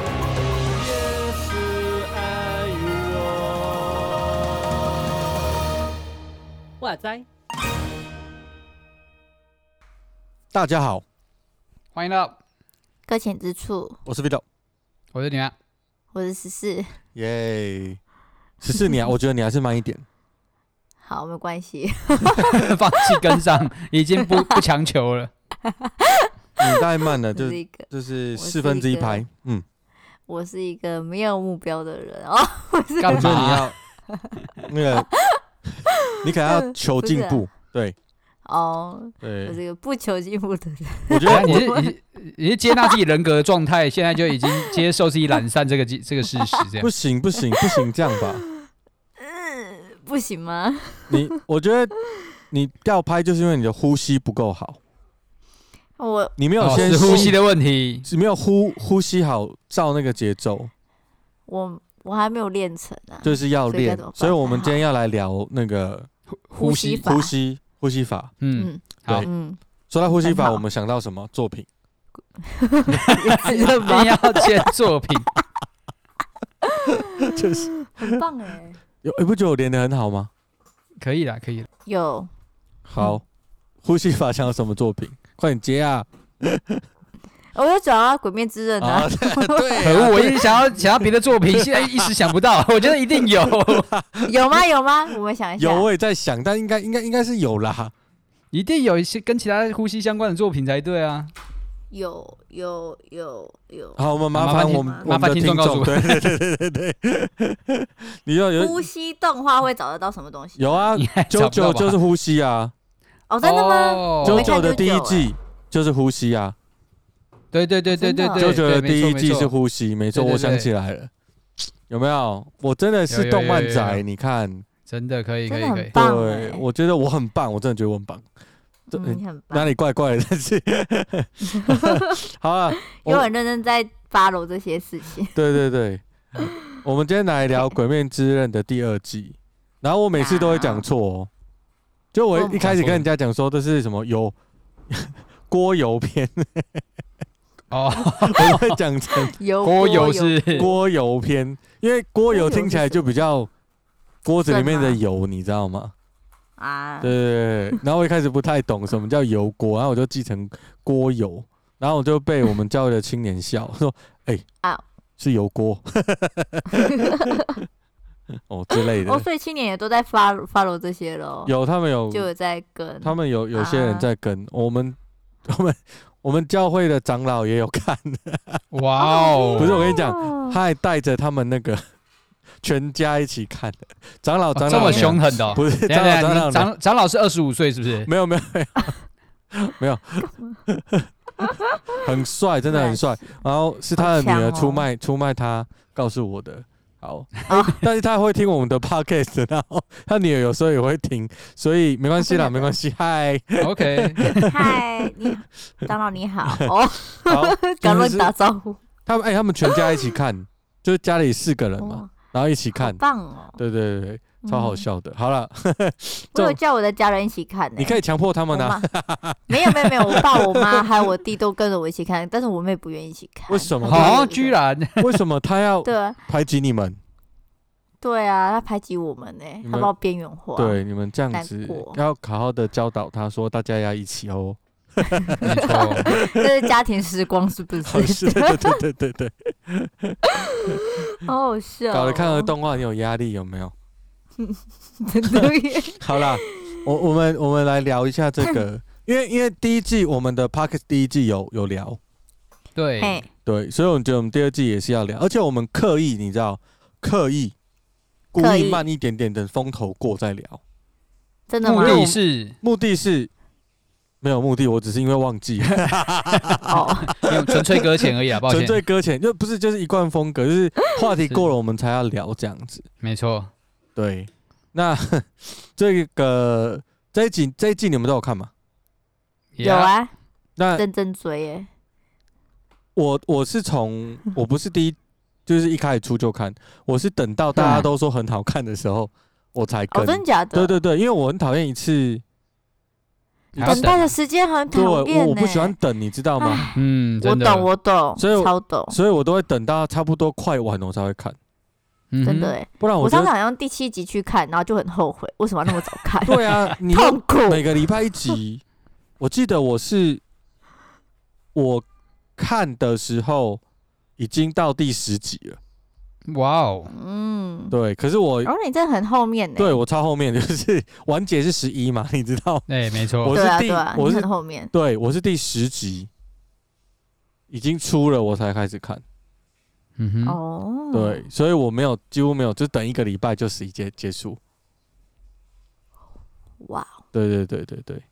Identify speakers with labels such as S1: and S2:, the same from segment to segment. S1: 也是爱我。哇塞！
S2: 大家好，
S3: 欢迎到，
S4: 搁浅之处，
S2: 我是 Vito，
S3: 我是你们。
S4: 我是十四。
S2: 耶！十四 年，我觉得你还是慢一点。
S4: 好，没关系。
S2: 啊
S3: 放弃跟上，已经 不不强求了。
S2: 你太慢了，
S4: 我
S2: 就是
S4: 一个，
S2: 就是
S4: 我
S2: 四
S4: 是
S2: 分之一
S4: 一个
S2: 拍。嗯，
S4: 我是一个没有目标的人哦。
S3: 干
S2: 我觉得你
S3: 嘛？
S2: 要
S3: 啊
S2: 那个，你可能要求
S4: 不是
S2: 进
S4: 啊
S2: 步。对
S4: 哦，我
S2: 对，
S4: 是一个哎不求进步的人。
S2: 我觉
S3: 对啊，
S2: 得
S3: 你
S2: 我
S3: 是你是你是接纳自己人格的状态，现在就已经接受自己懒散这个 这个事实，这样
S2: 不行不行不行，这样吧，
S4: 嗯，不行吗？
S2: 你我觉得你掉拍就是因为你的呼吸不够好，
S4: 我
S2: 你没有
S3: 哦
S2: 先
S3: 是呼吸
S2: 的，
S3: 的问题。
S2: 没有呼呼吸好，照那个节奏，
S4: 我我还没有练成啊。
S2: 就是要
S4: 所以该
S2: 练
S4: 怎么。办
S2: 所以我们
S4: 还好
S2: 今天要来聊那个
S3: 呼
S4: 吸
S3: 吸
S4: 法
S2: 呼吸呼吸法。
S3: 嗯，
S4: 嗯
S3: 好，
S4: 嗯，
S2: 说到呼吸
S4: 很
S2: 法，
S4: 好
S2: 我们想到什么作品？
S3: 一定要签作品。
S4: 很棒哎。
S2: 有你不觉得我连的很好吗？
S3: 可以啦，可以啦。
S4: 有哦
S3: 嗯
S2: 好，呼吸法想到什么作品？快点接啊！
S4: 我有找到《鬼灭之刃》
S2: 啊，
S4: 啊，
S2: 对，啊
S3: 可恶，我一直想要想要别的作品，现在一时想不到。我觉得一定有，
S4: 有吗？有吗？我们想一下。
S2: 有啊我也在想，但应该应该应该是有啦。
S3: 一定有一些跟其他呼吸相关的作品才对啊。
S4: 有有有有
S2: 好，我们麻
S3: 麻
S2: 烦
S3: 烦
S2: 我们
S4: 听
S2: 我
S3: 麻
S2: 们
S3: 烦
S2: 的
S3: 听
S2: 听
S3: 众告诉
S2: 众，
S3: 我
S2: 对 对对对对对，你要有
S4: 呼吸动画会找得到什么东西？
S2: 有啊
S3: 你，还
S2: 九
S3: 找不到
S2: 九
S3: 吧
S2: 就是呼吸啊，
S4: 哦，真的吗？
S3: 哦
S2: 九
S4: 没看
S2: 九的第一
S4: 九九
S2: 季就是呼吸啊，
S3: 对对对对对
S4: 真的哦
S3: 对，
S2: 九九的
S3: 对没
S2: 第一
S3: 错
S2: 季
S3: 没
S2: 是
S3: 错
S2: 呼吸，没错，
S3: 对对
S2: 我想
S3: 对
S2: 起来了，有没有？我真的
S3: 有
S2: 是
S3: 有
S2: 动漫
S3: 有有
S2: 宅，
S3: 有
S2: 你看，
S3: 真的可以可
S4: 真
S3: 以
S4: 的
S3: 可
S4: 很
S3: 以。
S4: 棒
S2: 对
S4: 哎，
S2: 我觉得我很棒，我真的觉得我很棒，这
S4: 嗯，你很
S2: 哪
S4: 棒，
S2: 里怪怪的？但 是好啊，我
S4: 有很认真在 follow 这些事情。
S2: 对对对，我们今天来聊《鬼面之刃》的第二季，然后我每次都会讲错、哦，就我一开始跟人家讲说这是什么油 锅油 片，
S3: 哦，
S2: 我会讲成
S4: 有
S3: 锅油是
S2: 锅油片，因为锅油听起来就比较锅子里面的
S4: 正吗
S2: 油，你知道吗？
S4: 啊，
S2: 对对对，然后我一开始不太懂什么叫油锅，然后我就记成锅油，然后我就被我们教会的青年笑说：“哎、
S4: 啊
S2: 是油锅哦之类的。
S4: 哦，所以青年也都在 follow follow 这些咯，
S2: 有他们有
S4: 就有在跟
S2: 他们有有些人
S4: 啊
S2: 在跟、我们 我们我们教会的长老也有看，
S3: 哇哦，
S2: 不是我跟你讲，
S4: 讲，
S2: 他还带着他们那个 全家一起看，长老长老
S3: 哦这么
S2: 没有
S3: 凶，狠的哦。
S2: 不是
S3: 等
S2: 长
S3: 一
S2: 老长
S3: 下
S2: 老
S3: 等一下，
S2: 没有
S3: 长长老是二十五岁是不是？
S2: 没有没有没 有，很帅，真的很帅。然后是他的女儿
S4: 好强哦哦
S2: 出卖、出卖他，告诉我的。好， 但是他会听我们的 podcast，然后他女儿有时候也会听，所以没关系啦，
S4: 真
S2: 没
S4: 的假的
S2: 关系。嗨，
S3: OK，
S4: 嗨，你长老 你好，哦，
S2: 好，就
S4: 刚乱
S2: 是
S4: 打招呼，
S2: 他们哎、他们全家一起看，就是家里四个人嘛，
S4: 哇，
S2: 然后一起
S4: 哦好
S2: 看，
S4: 棒哦，
S2: 对对对对，哦超好
S4: 嗯。
S2: 笑的。好了，
S4: 我有
S2: 这
S4: 叫我的家人一起看呢，
S2: 你可以强迫他
S4: 我
S2: 们啊，
S4: 妈 没有没有没有，我爸、我妈还有我弟都跟着我一起看，但是我妹不愿意一起看。
S2: 为什么哦
S4: 她就
S3: 好，
S4: 有一个
S3: 居然
S2: 为什么他要
S4: 对啊
S2: 排挤你们？
S4: 对啊，她排挤我们呢、
S2: 你们
S4: 她把我边缘化。，
S2: 对，你们这样
S4: 难
S2: 子
S4: 过
S2: 要好好的教导他说，大家要一起哦。
S3: 没错，
S4: 这是家庭时光是不
S2: 好
S4: 是？
S2: 哦是，对对对对对，
S4: 好好笑哦、
S2: 搞得看儿动画很有压力，有没有？
S4: 真的耶，
S2: 好啦，我我们我们来聊一下这个，因为因为第一季我们的 p o c k e t 第一季有有聊，
S3: 对
S4: 嘿，
S2: 对，所以我觉得我们第二季也是要聊，而且我们刻意，你知道，刻意故
S4: 刻
S2: 意
S4: 意
S2: 慢一点点，等风头过再聊。
S4: 真的
S3: 目
S4: 吗？
S3: 的是
S2: 目的是没有目的，我只是因为忘记，
S4: 哦，
S3: 没有纯粹搁浅而已啊，抱
S2: 纯
S3: 歉，
S2: 粹搁浅，就不是就是一贯风格，就是话题
S3: 是
S2: 过了我们才要聊这样子。
S3: 没错，
S2: 对，那 这个这一集这一季你们都有看吗？
S4: 有
S3: Yeah，
S4: 啊，
S2: 那
S4: 认真追耶，
S2: 我我是 从我不是第一，就是一开始出就看，我是等到大家
S3: 嗯
S2: 都说很好看的时候，我才
S4: 啊哦，
S2: 跟。
S4: 真的假的？
S2: 对对对，因为我很讨厌一次，
S3: 还要等
S4: 等待
S3: 啊
S4: 的时间很
S2: 对
S4: 讨
S2: 我
S4: 厌
S2: 我不喜欢
S4: 呢
S2: 等，你知道吗？
S4: 唉
S3: 嗯，
S4: 我
S3: 真的，
S4: 懂，我懂，
S2: 所以我
S4: 超懂，
S2: 所以我都会等到差不多快完我才会看，
S3: 嗯哼
S4: 真的。哎。
S2: 不然
S4: 我
S2: 觉
S4: 上次
S2: 得
S4: 好像第七集去看，然后就很后悔，为什么要那么早看？
S2: 对啊，你要
S4: 痛苦。
S2: 每个礼拜一集，我记得我是我看的时候已经到第十集了，
S3: 哇哦，
S4: 嗯，
S2: 对，可是我
S4: 然后你真的很后面呢。
S2: 对我超后面就是 完结是十一嘛，你知道，
S3: 哎，没
S2: 我
S3: 错，
S4: 对啊
S2: 是第
S4: 对啊，
S2: 我
S4: 你
S2: 是
S4: 很后面。
S2: 对我是第十集已经出了我才开始看，
S3: 嗯哼，
S4: 哦，
S2: 对，，所以我没有几乎没有就等一个礼拜就十一结结束，
S4: 哇，哦
S2: 对对对对对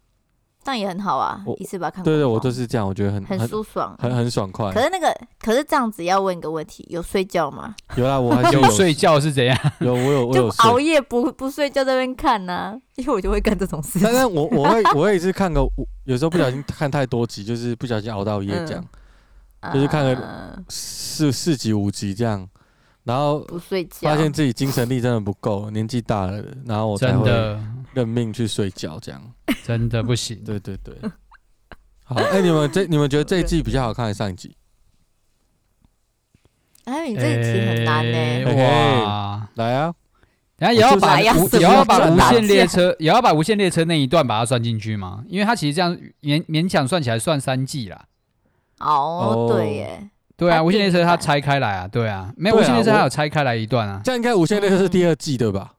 S4: 这样也很好啊
S2: 我，
S4: 一次把它看
S2: 对对，
S4: 光
S2: 我
S4: 光
S2: 就是这样，我觉得很
S4: 很
S2: 很
S4: 舒爽。
S2: 很很爽快
S4: 可。是那个，可是这样子要问一个问题：有睡觉吗？
S2: 有啦，我还是
S3: 有睡觉是怎样？
S2: 有我有我
S4: 就
S2: 有睡
S4: 熬夜不不睡觉在那边看呢，因为我就会干这种事
S2: 但
S4: 情。
S2: 是我我会我会是看个五，有时候不小心看太多集，就是不小心熬到夜这样，
S4: 嗯
S2: 就是看了
S4: 啊
S2: 四四集五集这样，然后
S4: 不睡觉，
S2: 发现自己精神力真的不够，年纪大了，然后我才
S3: 真
S2: 会
S3: 的，
S2: 认命去睡觉这样。
S3: 真的不行。
S2: 对对对，好，哎、你们这你们觉得这一季比较好看还是上一季？
S4: 哎，你这一题很难欸
S3: 哎
S4: 呢。
S3: 哇！
S2: 来啊，
S3: 然后也要
S2: 我就是
S3: 把
S4: 来呀
S3: 无
S4: 死
S3: 也要
S4: 我
S3: 把
S4: 就
S3: 无
S4: 打
S3: 限列
S4: 架
S3: 车也要把无限列车那一段把它算进去吗？因为它其实这样勉勉强算起来算三季啦。
S4: 哦，
S2: 哦
S4: 对耶，
S3: 对啊，
S4: 它
S3: 无限列车
S4: 定
S3: 它
S4: 版
S3: 拆开来啊，对啊，没有
S2: 对
S3: 无
S2: 啊
S3: 限列车它
S2: 我
S3: 有拆开来一段啊，
S2: 这样应该《无限列车》是第二季对吧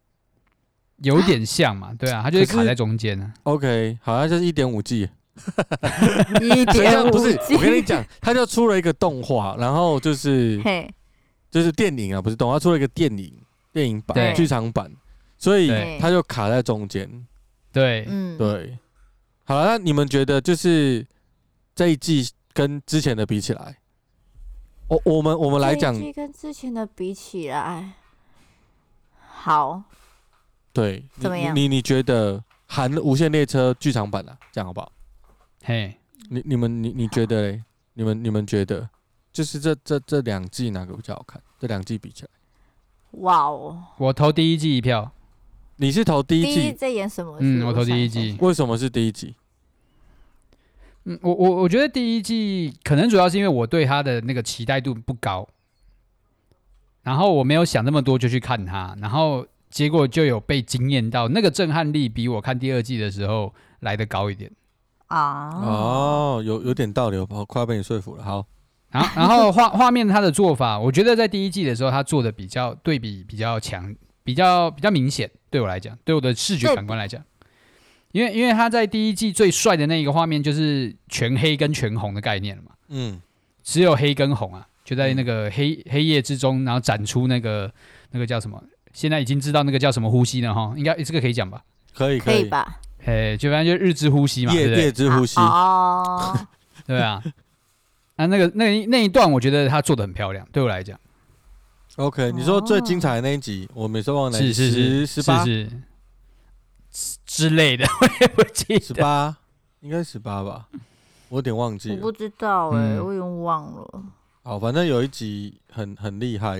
S3: 有点像嘛，对啊，它就是
S2: 可是
S3: 卡在中间啊。
S2: ？OK，好像就是一点五季，
S4: 一
S2: 所以
S4: 点
S2: 它
S4: 五
S2: 不是
S4: 季
S2: 我跟你讲，它就出了一个动画，然后就是
S4: 嘿，
S2: 就是电影啊，不是动画，它出了一个电影电影版、
S3: 对
S2: 剧场版，所以
S3: 对
S2: 它就卡在中间。
S3: 对，
S4: 嗯，
S2: 对，好了，那你们觉得就是这一季跟之前的比起来，我我们我们来
S4: 这一
S2: 讲，
S4: 季跟之前的比起来，好，
S2: 对，你
S4: 怎么样
S2: 你你觉得含《无限列车》剧场版啊，这样好不好？
S3: 嘿，
S2: 你你们你你觉得嘞？你们你们觉得就是这这这两季哪个比较好看？这两季比起来，
S4: 哇哦，
S3: 我投第一季一票，
S2: 你是投第
S4: 第
S2: 一季，
S4: 在演什么剧？
S3: 嗯，我投
S4: 想
S3: 第一
S4: 想
S3: 季，
S2: 为什么是第一季？
S3: 嗯，我我我觉得第一季可能主要是因为我对他的那个期待度不高，然后我没有想那么多就去看他，然后结果就有被惊艳到，那个震撼力比我看第二季的时候来的高一点。
S4: 啊，
S2: 哦，有有点道理，我快要被你说服了。好，
S3: 然后然后画画面他的做法，我觉得在第一季的时候他做的比较对比比较强，比较比较明显，对我来讲，对我的视觉
S4: 对
S3: 感官来讲。因为因为他在第一季最帅的那一个画面就是全黑跟全红的概念了嘛，
S2: 嗯，
S3: 只有黑跟红啊，就在那个黑、黑夜之中，然后展出那个那个叫什么？现在已经知道那个叫什么呼吸了哈，应该诶这个可以讲吧？
S2: 可以
S4: 可以吧？
S3: 诶，就反正就日之呼吸嘛，对
S2: 夜
S3: 不对
S2: 夜？之呼吸，
S4: 哦，
S3: 对啊。啊，那个那一那一段，我觉得他做的很漂亮，对我来讲
S2: OK，你说最精彩的那一集，我每次忘了哪一集
S3: 是是是
S2: 十
S3: 是
S2: 八
S3: 是之之类的， 我也不记
S2: 十
S3: 得。
S2: 八，应该十八吧，我有点忘记
S4: 我
S2: 了
S4: 不。知道哎，
S3: 嗯
S4: 我已经忘了。
S2: 好，反正有一集很很厉害，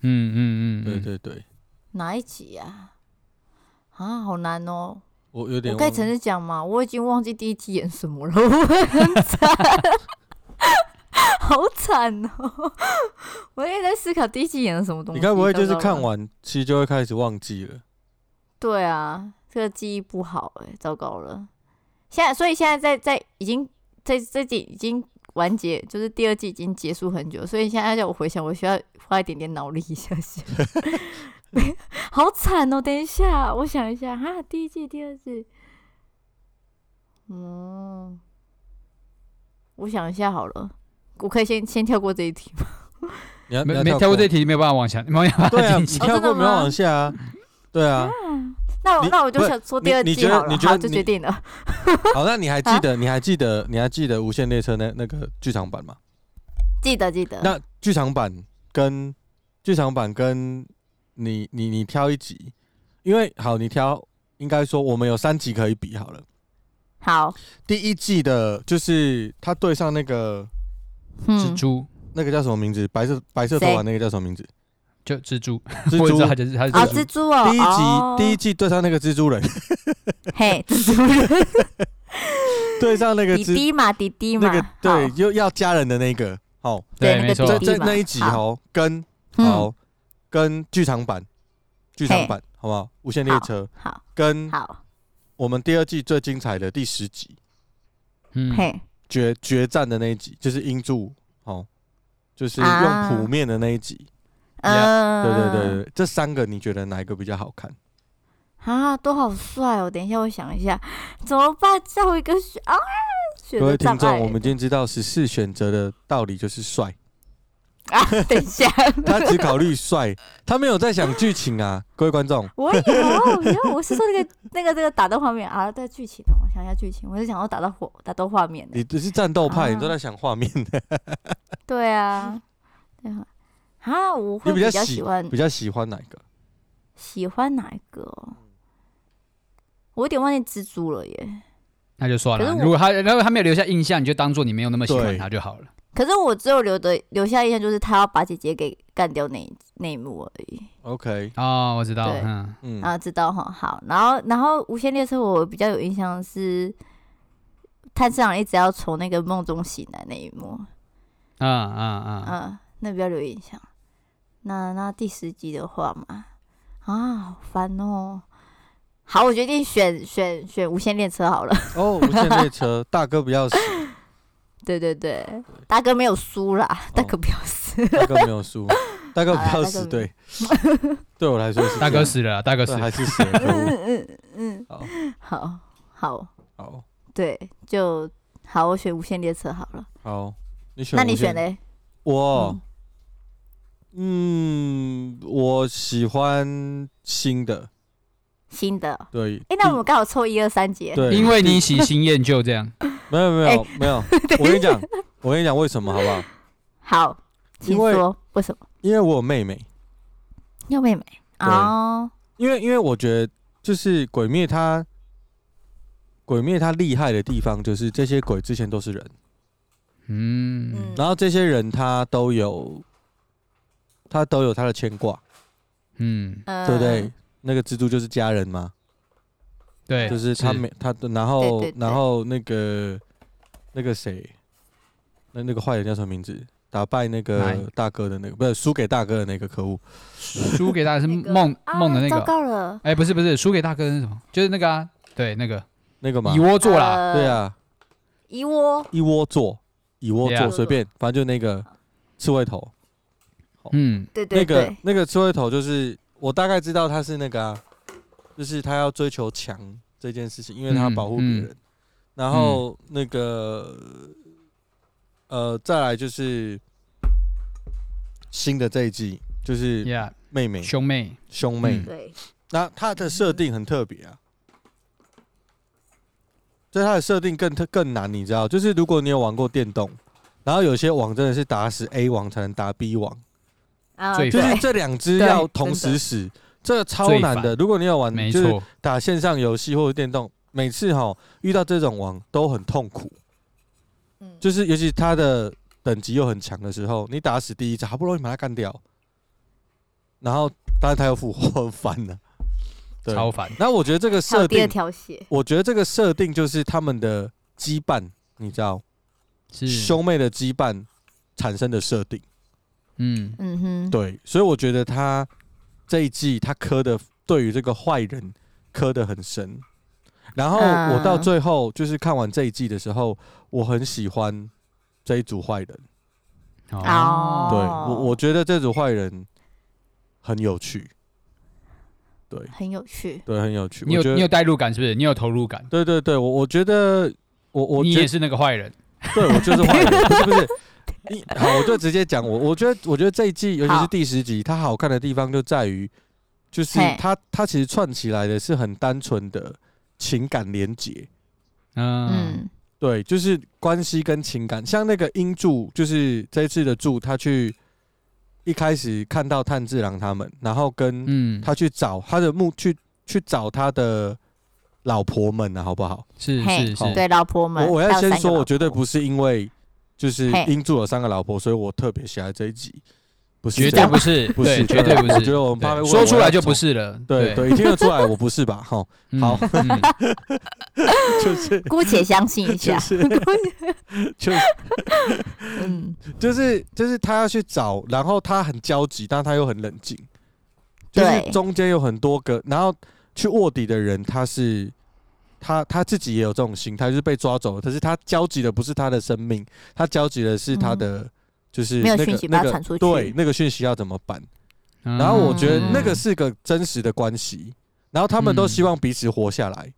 S3: 嗯嗯嗯，嗯
S2: 对对对，
S4: 哪一集呀、啊？啊，好难哦！
S2: 我有点
S4: 我可以
S2: 忘
S4: 诚
S2: 记。
S4: 实讲吗？我已经忘记第一季演什么了， 我很惨， 好惨哦！ 我也在思考第一季演了什么东西。
S2: 你该不会就是
S4: 糟糕
S2: 看
S4: 了？
S2: 完其实就会开始忘记了？
S4: 对啊，这个记忆不好哎、糟糕了！现在，所以现在在在已经这这季已经完结，就是第二季已经结束很久，所以现在要叫我回想，我需要花一点点脑力一下下。
S2: 嗯
S4: 好惨哦！等一下，我想一下哈，第一季、第二季，嗯，我想一下好了，我可以先先跳过这一题吗？
S2: 你要
S3: 没
S2: 你要
S3: 没跳过这
S2: 过
S3: 一题，没有办法往下，没有办法
S2: 对啊，
S3: 进
S2: 你
S3: 去。
S2: 跳
S4: 哦真的
S2: 过
S4: 吗
S2: 没有往下啊？对啊，
S4: 那我
S2: 你
S4: 那我就
S2: 不是
S4: 想说
S2: 你
S4: 第二
S2: 你
S4: 季
S2: 觉得
S4: 好
S2: 你
S4: 了，
S2: 觉
S4: 好
S2: 得
S4: 就
S2: 你
S4: 决定了。
S2: 好，那你
S4: 啊
S2: 还记得你还记得你还记得《无限列车》那那个剧场版吗？
S4: 记得记得，
S2: 那剧场版跟剧场版跟你你你挑一集，因为好你挑，应该说我们有三集可以比好了。
S4: 好，
S2: 第一季的就是他对上那个
S4: 嗯
S3: 蜘，蛛
S2: 那个叫什么名字？白色白色头
S4: 谁
S2: 发那个叫什么名字？
S3: 就蜘蛛，
S2: 蜘
S3: 我也
S2: 蛛
S3: 知道他就是他是
S4: 啊，
S3: 蜘蛛
S4: 蜘。蛛哦，
S2: 第一集
S4: 哦
S2: 第一季对上那个蜘蛛人，
S4: 嘿，蜘蛛人
S2: 对上那个
S4: 弟
S2: 蜘
S4: 弟嘛，弟弟嘛
S2: 那，个
S4: 好
S2: 对，又要家人的那个，好，
S3: 对
S4: 那
S3: 没
S4: 个
S3: 错
S2: 在
S4: 弟弟
S2: 在
S4: 嘛，
S2: 那一集
S4: 好，
S2: 哦，跟
S4: 嗯，
S2: 好跟剧场版，剧场版好不好？无限列车
S4: 好，
S2: 跟
S4: 好，
S2: 我们第二季最精彩的第十集
S3: 嗯，
S4: 嘿，
S2: 决决战的那一集，就是英柱哦，就是用
S4: 啊
S2: 谱面的那一集，
S4: 嗯，
S2: 对对对对，对这三个你觉得哪一个比较好看？
S4: 啊，都好帅哦！等一下，我想一下，怎么办？再有一个选啊，选
S2: 各
S4: 择
S2: 位
S4: 障
S2: 听
S4: 碍。
S2: 众，我们今天知道十四选择的道理就是帅，
S4: 啊， 等一下，
S2: 他只考虑帅，他没有在想剧情啊，各位观众。
S4: 我有，因为我是说那个那个那个打斗画面啊，对剧情，我想一下剧情，我是想要打到火打斗画面的。
S2: 你只是战斗派，
S4: 啊
S2: 你都在想画面的，
S4: 对啊，对啊，啊，我会
S2: 你比较喜
S4: 喜 欢
S2: 比较喜欢哪一个？
S4: 喜欢哪一个哦？我有点忘记蜘蛛了耶。
S3: 那就算
S4: 可
S3: 了。
S4: 是我
S3: 如果他如果他没有留下印象，你就当做你没有那么喜欢
S2: 对
S3: 他就好了。
S4: 可是我只有留的留下印象就是他要把姐姐给干掉那一那一幕而已。
S2: OK，
S3: 哦，我知道，
S4: 对
S3: 嗯，
S2: 嗯，
S4: 啊，知道哈，好，然后然后无线列车我比较有印象是，炭治郎一直要从那个梦中醒来那一幕，
S3: 啊啊啊！
S4: 嗯，那比较有印象。那那第十集的话嘛，啊，好烦哦。好，我决定选选选无线列车好了。
S2: 哦，无限列 车，大哥不要死，
S4: 对对对，大哥没有输啦，
S2: 哦
S4: 大哥不要 死。
S2: 大哥没有 输，大哥不
S4: 好
S2: 要
S4: 啦大
S2: 死，
S4: 哥
S2: 对，对我来说是这样
S3: 大哥，死了，大哥死
S2: 对，
S3: 了。
S2: 还是死 了，可恶
S4: 嗯嗯
S2: 好
S4: 嗯，好好，
S2: 好
S4: 对，就好，我选无线列车好了。
S2: 好，你选，哦
S4: 那你选？嘞？
S2: 我，嗯，我喜欢新的，
S4: 新的。
S2: 对，
S4: 哎、那
S2: 第
S4: 我们刚好凑一二三节。
S2: 对，
S3: 因为
S2: 第
S3: 你喜新厌旧这 样。
S2: 没有没有没有，我跟你讲，我跟你讲为什么好不好？
S4: 好，请
S2: 因为
S4: 说为什么？
S2: 因为我有妹妹。
S4: 要妹妹
S2: 对
S4: 哦，
S2: 因为因为我觉得就是鬼灭它，鬼灭它厉害的地方就是这些鬼之前都是人，
S3: 嗯
S4: 嗯
S2: 然后这些人他都有，他都有他的牵挂，
S3: 嗯，
S4: 嗯
S2: 对不对？？那个蜘蛛就是家人嘛，
S3: 对，
S2: 就是他没他，然
S4: 对
S2: 后
S4: 对对
S2: 然后那个那个谁，那那个坏人叫什么名字？打败那
S3: 哪
S2: 个
S3: 一
S2: 大哥的那个，不是输给大哥的那个，可恶！
S3: 输给大哥是
S4: 那个
S3: 梦
S4: 啊
S3: 梦的那
S4: 糟
S3: 个。
S4: 糕了，
S3: 哎，不是不是，输给大哥是什么？就是那个啊，对，那个
S2: 那个嘛
S3: 蚁，窝座啦。
S4: 呃
S2: 对，啊，
S4: 一窝
S2: 一窝座，一窝
S3: Yeah
S2: 座，随便，反正就那个刺猬头。
S3: 嗯，
S4: 对对
S2: 那个
S4: 对，
S2: 那个刺猬头就是我大概知道他是那个、啊，就是他要追求强这件事情，因为他要
S3: 嗯
S2: 保护别
S3: 嗯
S2: 人。然后那个呃，再来就是新的这一季就是
S3: 呀，
S2: 妹妹
S3: 兄妹，
S2: 兄妹
S3: 嗯，
S4: 对，
S2: 那她的设定很特别啊。所以它的设定更特更难，你知道？就是如果你有玩过电动，然后有些网真的是打死 A 网才能打 B 网，
S4: 啊
S3: 最
S2: 就是
S4: 对
S2: 这两只
S4: 对
S2: 要同时死，这个超难
S3: 最
S2: 的。如果你有玩，
S3: 没
S2: 嗯就是
S3: 错，
S2: 打线上游戏或者电动，每次哈遇到这种王都很痛苦，
S4: 嗯
S2: 就是尤其他的等级又很强的时候，你打死第一只，好不容易把他干掉，然后但是他又复活，很烦 的。对，
S3: 超烦。
S2: 那我觉得这个
S4: 还有
S2: 设
S4: 第二
S2: 定，
S4: 条血，
S2: 我觉得这个设定就是他们的羁绊，你知道，
S3: 是，
S2: 兄妹的羁绊产生的设定。
S3: 嗯
S4: 嗯哼，
S2: 对，所以我觉得他这一季他磕的对于这个坏人磕的很深。然后
S4: 嗯
S2: 我到最后就是看完这一季的时候，我很喜欢这一组坏人。对
S4: 哦
S2: 我，我觉得这组坏人很有趣。对
S4: 很有趣，
S2: 对，很有趣。
S3: 你
S2: 我
S3: 有
S2: 觉
S3: 你有
S2: 得
S3: 代入感是不是？你有投入感，
S2: 对对对，我我觉得我我
S3: 你
S2: 觉
S3: 也
S2: 得
S3: 是那个坏人。
S2: 对我就是坏人，不是不是。 你好，我就直接讲我，我觉得我觉得这一季，尤其
S4: 好
S2: 是第十集，它好看的地方就在于，就是
S4: 嘿
S2: 它它其实串起来的是很单纯的情感连结，
S3: 嗯
S4: 嗯
S2: 对，就是关系跟情感。像那个英柱，就是这一次的柱，他去一开始看到炭治郎他们，然后跟
S3: 嗯，
S2: 他去找他的墓，去去找他的老婆们啊，好不好？
S3: 是
S4: 嘿
S3: 是
S2: 好
S3: 是，
S4: 嗯对，老婆
S2: 我
S4: 们，
S2: 我
S4: 还
S2: 要
S4: 有
S2: 先
S4: 三个
S2: 说，
S4: 老
S2: 我绝对
S4: 婆
S2: 不是因为就是
S4: 嘿
S2: 英柱有三个老婆，所以我特别喜爱这一集。不是这
S3: 绝对
S2: 样，
S3: 不是，
S2: 不
S3: 对
S2: 是，
S3: 绝对不
S2: 我觉
S3: 是。
S2: 得我们怕被
S3: 对
S2: 问
S3: 说出
S2: 我要
S3: 来就
S2: 走
S3: 不是了，
S2: 对对，听得出来我不是吧？ 哈，
S3: 嗯
S2: 好
S3: 嗯
S2: 就是
S4: 姑且相信一 下
S3: 啊
S2: 就。是就是
S4: 嗯，
S2: 就是就是他要去找，然后他很焦急，但他又很冷静，就
S4: 对
S2: 是中间有很多个，然后去卧底的人他是。他他自己也有这种心态，就是被抓走了。可是他焦急的不是他的生命，他焦急的是他的，就是
S4: 嗯没有
S2: 那
S4: 讯
S2: 个
S4: 息把
S2: 那
S4: 它
S2: 个
S4: 传出去
S2: 对那个讯息要怎么办？
S3: 嗯
S2: 然后我觉得那个
S3: 嗯
S2: 是个真实的关系，然后他们都希望彼此活下来。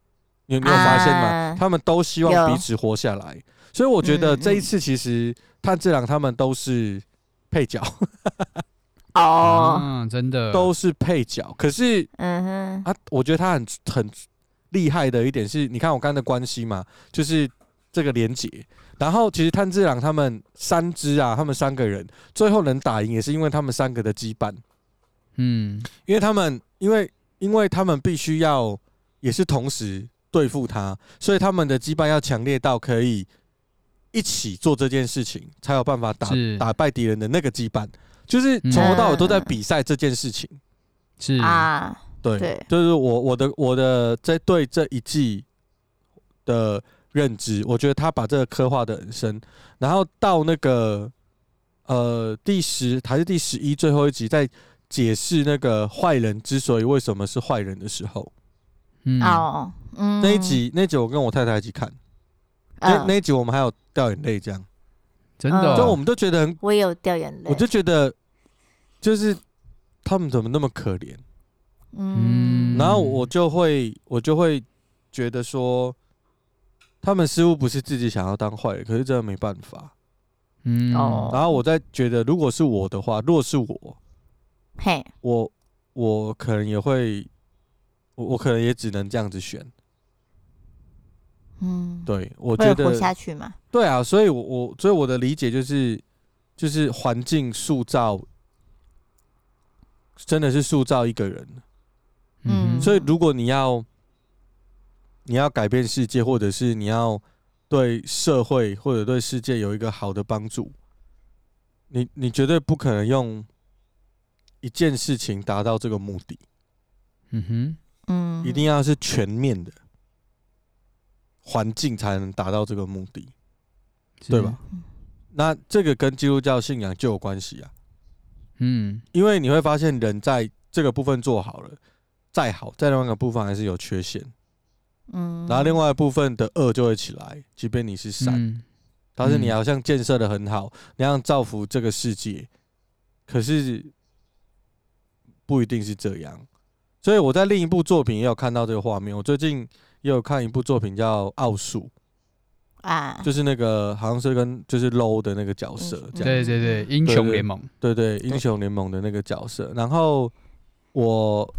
S2: 你有你有
S4: 啊
S2: 发现吗？他们都希望
S4: 有嗯
S2: 彼此活下来，所以我觉得这一次其实炭治郎他们都是配角，
S4: 哦，
S3: 嗯，真的
S2: 啊 都是配角。可是
S4: 嗯哼，
S2: 啊，我觉得他很很厉害的一点是，你看我刚刚的关系嘛，就是这个连结。然后其实炭治郎他们三支啊，他们三个人最后能打赢，也是因为他们三个的羁绊。
S3: 嗯
S2: 因为他们因为因为他们必须要也是同时对付他，所以他们的羁绊要强烈到可以一起做这件事情，才有办法打
S3: 是
S2: 打败敌人的那个羁绊。就是从头到尾都在比赛这件事情，
S3: 是
S4: 啊，
S2: 对，
S4: 对
S2: 嗯就是我我的我的在对这一季的认知，我觉得他把这个刻画的很深，然后到那个呃第十还是第十一最后一集，在解释那个坏人之所以为什么是坏人的时候，
S3: 嗯
S4: 哦，嗯，
S2: 那一集那一集我跟我太太一起看，那
S4: 嗯，
S2: 那一集我们还有掉眼泪，这样，
S3: 真的
S4: 嗯
S3: 哦，
S2: 就我们都觉得很，
S4: 我也有掉眼泪，
S2: 我就觉得就是他们怎么那么可怜。
S4: 嗯，
S2: 然后我就会我就会觉得说，他们似乎不是自己想要当坏人，可是真的没办法。
S3: 嗯
S4: 哦
S2: 然后我在觉得，如果是我的话，如果是我，
S4: 嘿，
S2: 我我可能也会，我我可能也只能这样子选。
S4: 嗯，
S2: 对，我
S4: 会
S2: 觉
S4: 活
S2: 得
S4: 下去嘛，
S2: 对啊，所以我我所以我的理解就是，就是环境塑造，真的是塑造一个人。
S3: 嗯
S4: 嗯
S2: 所以如果你要你要改变世界，或者是你要对社会或者对世界有一个好的帮助，你你绝对不可能用一件事情达到这个目的，
S3: 嗯哼
S4: 嗯，
S2: 一定要是全面的环境才能达到这个目的。对吧？那这个跟基督教信仰就有关系啊，
S3: 是嗯
S2: 因为你会发现人在这个部分做好了，再好，在另外一个部分还是有缺陷。
S4: 嗯，
S2: 然后另外一部分的恶就会起来，即便你是啊善，
S3: 嗯
S2: 但是你
S3: 嗯
S2: 好像建设的很好，你好像造福这个世界，可是不一定是这样。所以我在另一部作品也有看到这个画面，我最近也有看一部作品叫《奥数
S4: 啊》，，
S2: 就是那个好像是跟就是 low 的那个角色
S4: 嗯
S2: 这样，
S3: 对对对，英雄联盟
S2: 对对，英雄联盟的那个角色。然后我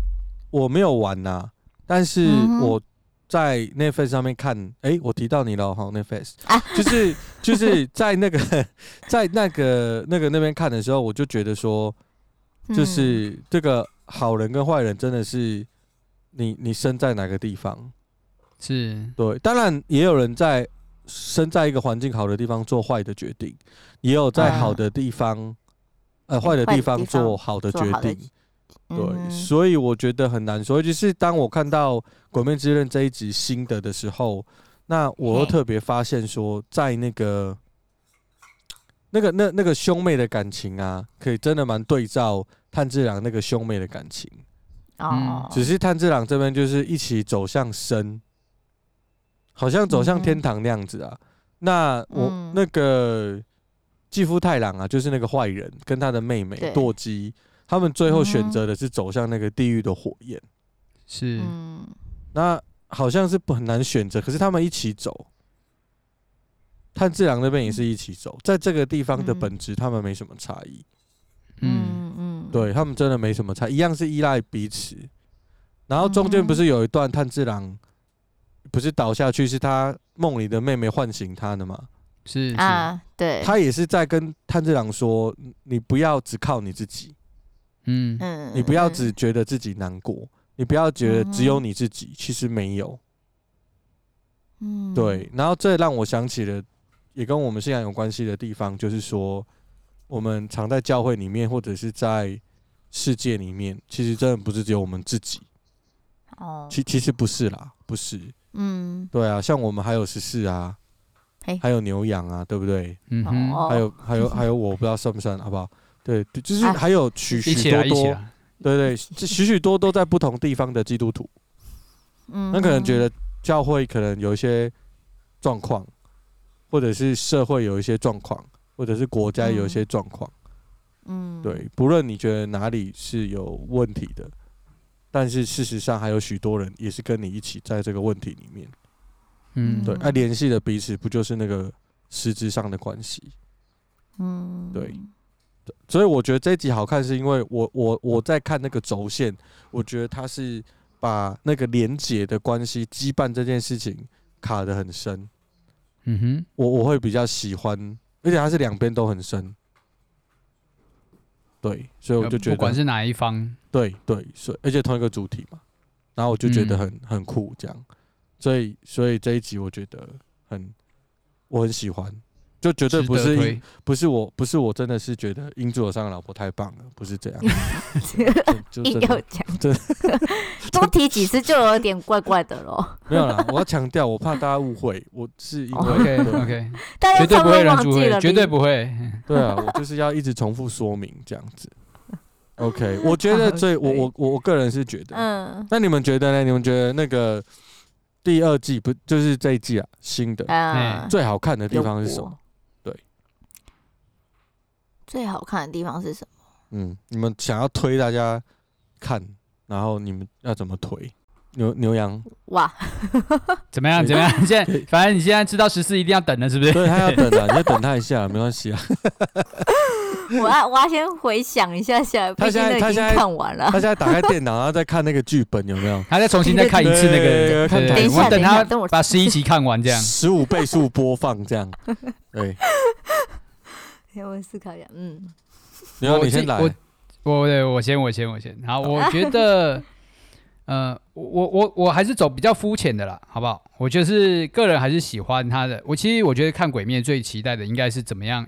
S2: 我没有玩呐、但是
S4: 嗯哼
S2: 我在 Netflix 上面看，诶，我提到你了哈，Netflix，、
S4: 啊
S2: 就是就是在那个 在那个那个那边看的时候，我就觉得说，就
S4: 嗯
S2: 是这个好人跟坏人真的是你你身在哪个地方，
S3: 是
S2: 对，当然也有人在身在一个环境好的地方做坏的决定，也有在好的地方，呃，坏的
S4: 啊哎坏的
S2: 地
S4: 地
S2: 方
S4: 方
S2: 做好的
S4: 做
S2: 决
S4: 好的
S2: 定。
S4: 嗯
S2: 对，
S4: 哼
S2: 所以我觉得很难说。尤其是当我看到《鬼灭之刃》这一集新的的时候，那我又
S4: 嘿
S2: 特别发现说，在那个那个那那个兄妹的感情啊，可以真的蛮对照炭治郎那个兄妹的感情。
S4: 哦，
S2: 只嗯是炭治郎这边就是一起走向生，好像走向天堂那样子啊。那我、
S4: 嗯
S2: 那个继夫太郎啊，就是那个坏人跟他的妹妹
S4: 对
S2: 堕姬，他们最后选
S4: 嗯
S2: 择的是走向那个地狱的火焰。
S3: 是
S4: 嗯，
S2: 那好像是不很难选择，可是他们一起走。炭治郎那边也是一起走，在这个地方的
S4: 嗯
S2: 本质，他们没什么差异。
S3: 嗯
S4: 嗯嗯，
S2: 对他们真的没什么差，一样是依赖彼此。然后中间不
S4: 嗯
S2: 是有一段炭治郎不是倒下去，是他梦里的妹妹唤醒他的嘛？
S3: 是是
S4: 啊，对，
S2: 他也是在跟炭治郎说：“嗯你不要只靠你自己，
S3: 嗯
S4: 嗯，
S2: 你不要
S4: 嗯
S2: 只觉得自己难过，你不要觉得只有你自己，其实没有。”
S4: 嗯，
S2: 对，然后这让我想起了，也跟我们信仰有关系的地方，就是说，我们常在教会里面或者是在世界里面，其实真的不是只有我们自己，
S4: 哦，
S2: 其其实不是啦，不是，
S4: 嗯，
S2: 对啊，像我们还有十四啊
S4: 嘿，
S2: 还有牛羊啊，对不对？
S3: 嗯哼，
S4: 哦，
S2: 还有还有还有，我不知道算不算，好不好？对，对就是
S4: 啊
S2: 还有许
S3: 一
S2: 许
S3: 起来
S2: 多
S3: 一起
S2: 多，
S3: 来，
S2: 对对，这许许多多在不同地方的基督徒，
S4: 嗯，
S2: 那可能觉
S4: 得
S2: 得教会可能有一些状况，或者是社会有一些状况，或者是国家有一些状况。
S4: 嗯，
S2: 对，不论你觉得哪里是有问题的，但是事实上还有许多人也是跟你一起在这个问题里面。
S3: 嗯，
S2: 对，
S4: 嗯
S2: 那联系的彼此不就是那个实质上的关系？
S4: 嗯，
S2: 对所以我觉得这一集好看，是因为我我我在看那个轴线，我觉得它是把那个连结的关系羁绊这件事情卡得很深。
S3: 嗯哼，
S2: 我我会比较喜欢，而且它是两边都很深。对，所以我就觉
S3: 呃不管
S2: 得，
S3: 是哪一方，
S2: 对对，所以而且同一个主题嘛，然后我就觉得
S3: 嗯
S2: 很、很酷这样，所以所以这一集我觉得很我很喜欢，就绝对
S3: 值
S2: 不
S3: 得
S2: 是因
S3: 推
S2: 不是我不是我真的是觉得英主有上的老婆太棒了，不是这样，就就
S4: 硬
S2: 真
S4: 要
S2: 的
S4: 讲
S2: 真，
S4: 多提几次就有点怪怪的 咯。
S2: 没有啦，我要强调，我怕大家误会，我是因为
S3: 哦，OK
S2: 对啊
S3: OK，
S4: 大家
S3: 绝对不
S4: 差不
S3: 会
S4: 多
S3: 让
S4: 忘
S3: 主
S4: 记
S3: 会，
S4: 了，
S3: 绝对不会，
S2: 对啊，我就是要一直重复说明这样子。OK，我觉得最我我我我个人是觉得，
S4: 嗯，
S2: 那你们觉得呢？你们觉得那个第二季不就是这一季啊新的、
S3: 嗯
S4: 啊，
S2: 最好看的地方是什
S4: 有
S2: 么
S4: 我？
S2: 对，
S4: 最好看的地方是什么？
S2: 嗯，你们想要推大家看，然后你们要怎么推？牛牛羊，
S4: 哇，
S3: 怎么样？怎么样？ 现在反正你现在知道十四一定要等了，是不是？
S2: 对他要等啊，你就等他一下，没关系啊。
S4: 我要我要先回想一下下，
S2: 他
S4: 毕
S2: 现
S4: 竟
S2: 在
S4: 都
S2: 他
S4: 已经
S2: 现在
S4: 看完了
S2: 他。现在打开电脑，然后再看那个剧本有没有
S3: 他再重新再看一次那个，
S2: 对看
S3: 对
S2: 台
S3: 对，
S2: 词
S3: 我们
S4: 等一下
S3: 他
S4: 等我
S3: 把十一集看 完 这样。
S2: 十五倍速播放 这样？对，
S4: 先我思考一下，嗯，
S2: 牛羊
S3: 我
S2: 你
S3: 自
S2: 先
S3: 己
S2: 来。
S3: 我我对我先我先我先。好，我觉得，呃，我我我我还是走比较肤浅的啦，好不好？我就是个人还是喜欢他的。我其实我觉得看《鬼灭》最期待的应该是怎么样